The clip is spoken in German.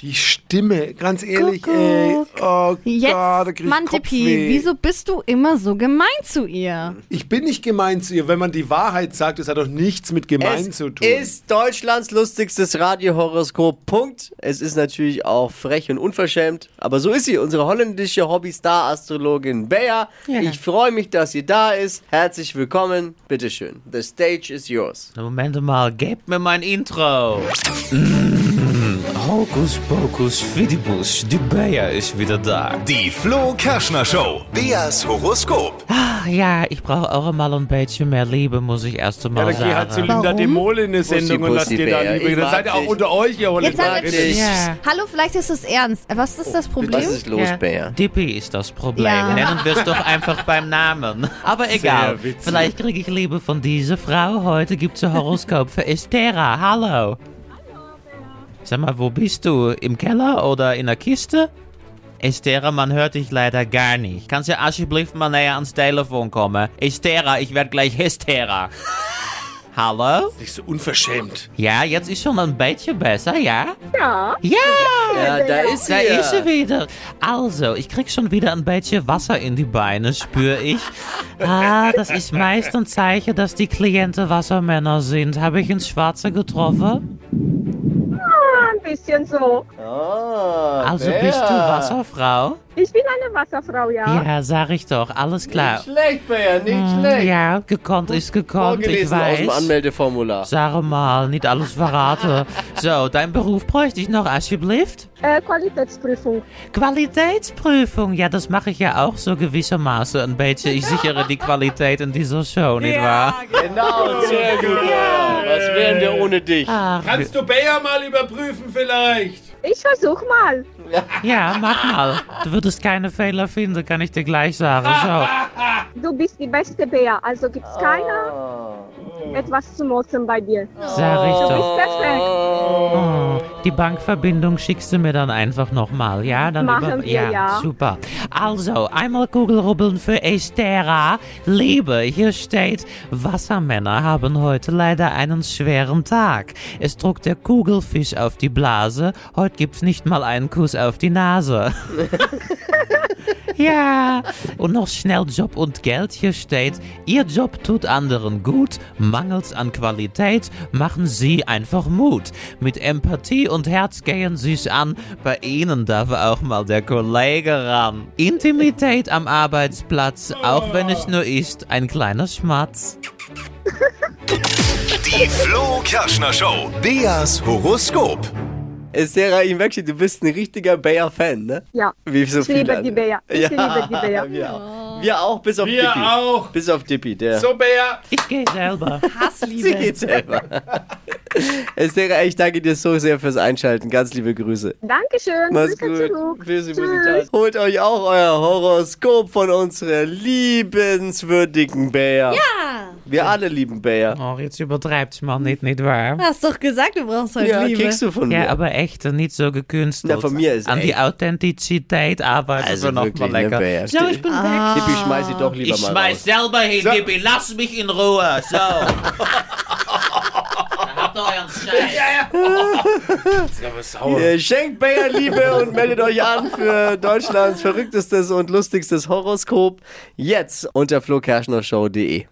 Die Stimme, ganz ehrlich, ey. Oh Jetzt, Gott, da krieg ich Kopfweh. Mantipi, wieso bist du immer so gemein zu ihr? Ich bin nicht gemein zu ihr. Wenn man die Wahrheit sagt, das hat doch nichts mit gemein es zu tun. ist Deutschlands lustigstes Radiohoroskop. Punkt. Es ist natürlich auch frech und unverschämt, aber so ist sie, unsere holländische Hobby-Star-Astrologin Bea. Ja. Ich freue mich, dass sie da ist. Herzlich willkommen. Bitteschön. The stage is yours. Moment mal, gebt mir mein Intro. Oh. Mm, Hokus Pokus Fidibus, die Bea ist wieder da. Die Flo Kerschner Show. Beas Horoskop. Ach Ah, ja, ich brauche auch mal ein bisschen mehr Liebe, muss ich erst ja, einmal dann geh halt zu sagen. Linda Warum? de Mol in eine Sendung und lasst Bussi, ihr da Bär, übrig. ich Dann mag seid ihr auch dich. unter euch, ihr Jetzt haben Holländer. wir dich. Ja. Hallo, vielleicht ist es ernst. Was Oh, ist das Was Problem? ist los, Bea? Dippi ist das Problem. Ja. Nennen wir es doch einfach beim Namen. Aber egal. Sehr witzig. Vielleicht kriege ich Liebe von dieser Frau. Heute gibt's ein Horoskop für Estera. Hallo. Sag mal, wo bist du? Im Keller oder in der Kiste? Estera, man hört dich leider gar nicht. Kannst du alsjeblieft mal näher ans Telefon kommen? Estera, ich werde gleich Hystera. Hallo? Nicht so unverschämt. Ja, jetzt ist schon ein bisschen besser, ja? Ja. Ja! Ja, da ist sie. Da ja. ist sie wieder. Also, ich krieg schon wieder ein bisschen Wasser in die Beine, spüre ich. Ah, das ist meist ein Zeichen, dass die Klienten Wassermänner sind. Habe ich ins Schwarze getroffen? Ein bisschen so. Ah, Also Bea. bist du Wasserfrau? Ich bin eine Wasserfrau, ja. Ja, sag ich doch. Alles klar. Ah. Nicht schlecht, Bea, nicht schlecht. Hm, Ja, gekonnt ist gekonnt, ich Vorgelesen aus dem weiß. Anmeldeformular. Sag mal, nicht alles verrate. So, dein Beruf bräuchte ich noch, alsjeblieft. Äh, Qualitätsprüfung. Qualitätsprüfung, ja, das mache ich ja auch so gewissermaßen ein bisschen. Ich sichere die Qualität in dieser Show, nicht wahr? Genau, sehr gut. Bea. Was wären wir ohne dich? Ach, Kannst du Bayer mal überprüfen vielleicht? Ich versuch mal. ja, mach mal. Du würdest keine Fehler finden, kann ich dir gleich sagen. So. Du bist die beste Bär, also gibt's keiner Oh. etwas zu motzen bei dir. Sag ich doch. Perfekt. Oh, die Bankverbindung schickst du mir dann einfach nochmal, ja? Dann Machen wir, ja, ja. super. Also, einmal Kugelrubbeln für Estera. Liebe, hier steht, Wassermänner haben heute leider einen schweren Tag. Es druckt der Kugelfisch auf die Blase. Heute gibt's nicht mal einen Kuss auf die Nase. Ja, und noch schnell Job und Geld hier steht. Ihr Job tut anderen gut, mangels an Qualität machen Sie einfach Mut. Mit Empathie und Herz gehen Sie's an, bei Ihnen darf auch mal der Kollege ran. Intimität am Arbeitsplatz, auch wenn es nur ist, ein kleiner Schmatz. Die Flo Kerschner Show. Beas Horoskop. Sarah Imekci, du bist ein richtiger Bayer-Fan, ne? Ja. Wie so ich liebe andere. die Bär. Ich ja, liebe die Bär. Wir, auch. wir auch, bis auf Wir Dippy. auch. Bis auf Dippy, der. So, Bayer. Ich gehe selber. Sie geht selber. Sarah, ich danke dir so sehr fürs Einschalten. Ganz liebe Grüße. Dankeschön. Mach's Grüße gut. zurück. Grüße, Tschüss. Grüße, ciao. Holt euch auch euer Horoskop von unserer liebenswürdigen Bär. Ja. Wir alle lieben Bär. Oh, jetzt übertreibt's mal nicht, nicht wahr? Hast doch gesagt, du brauchst heute Ja, Oh, Liebe. kriegst du von Ja, mir. aber echt, nicht so gekünstelt. Na, von mir ist An die echt. Authentizität arbeiten Also wir noch mal wirklich, ne, lecker. Bär, so, ich bin weg. Dippy, schmeiß sie doch lieber Ich mal schmeiß raus. selber hin, Dippy, lass mich in Ruhe. So. Habt euren Scheiß. Ihr schenkt Bayer Liebe und meldet euch an für Deutschlands verrücktestes und lustigstes Horoskop jetzt unter flokerschnershow.de.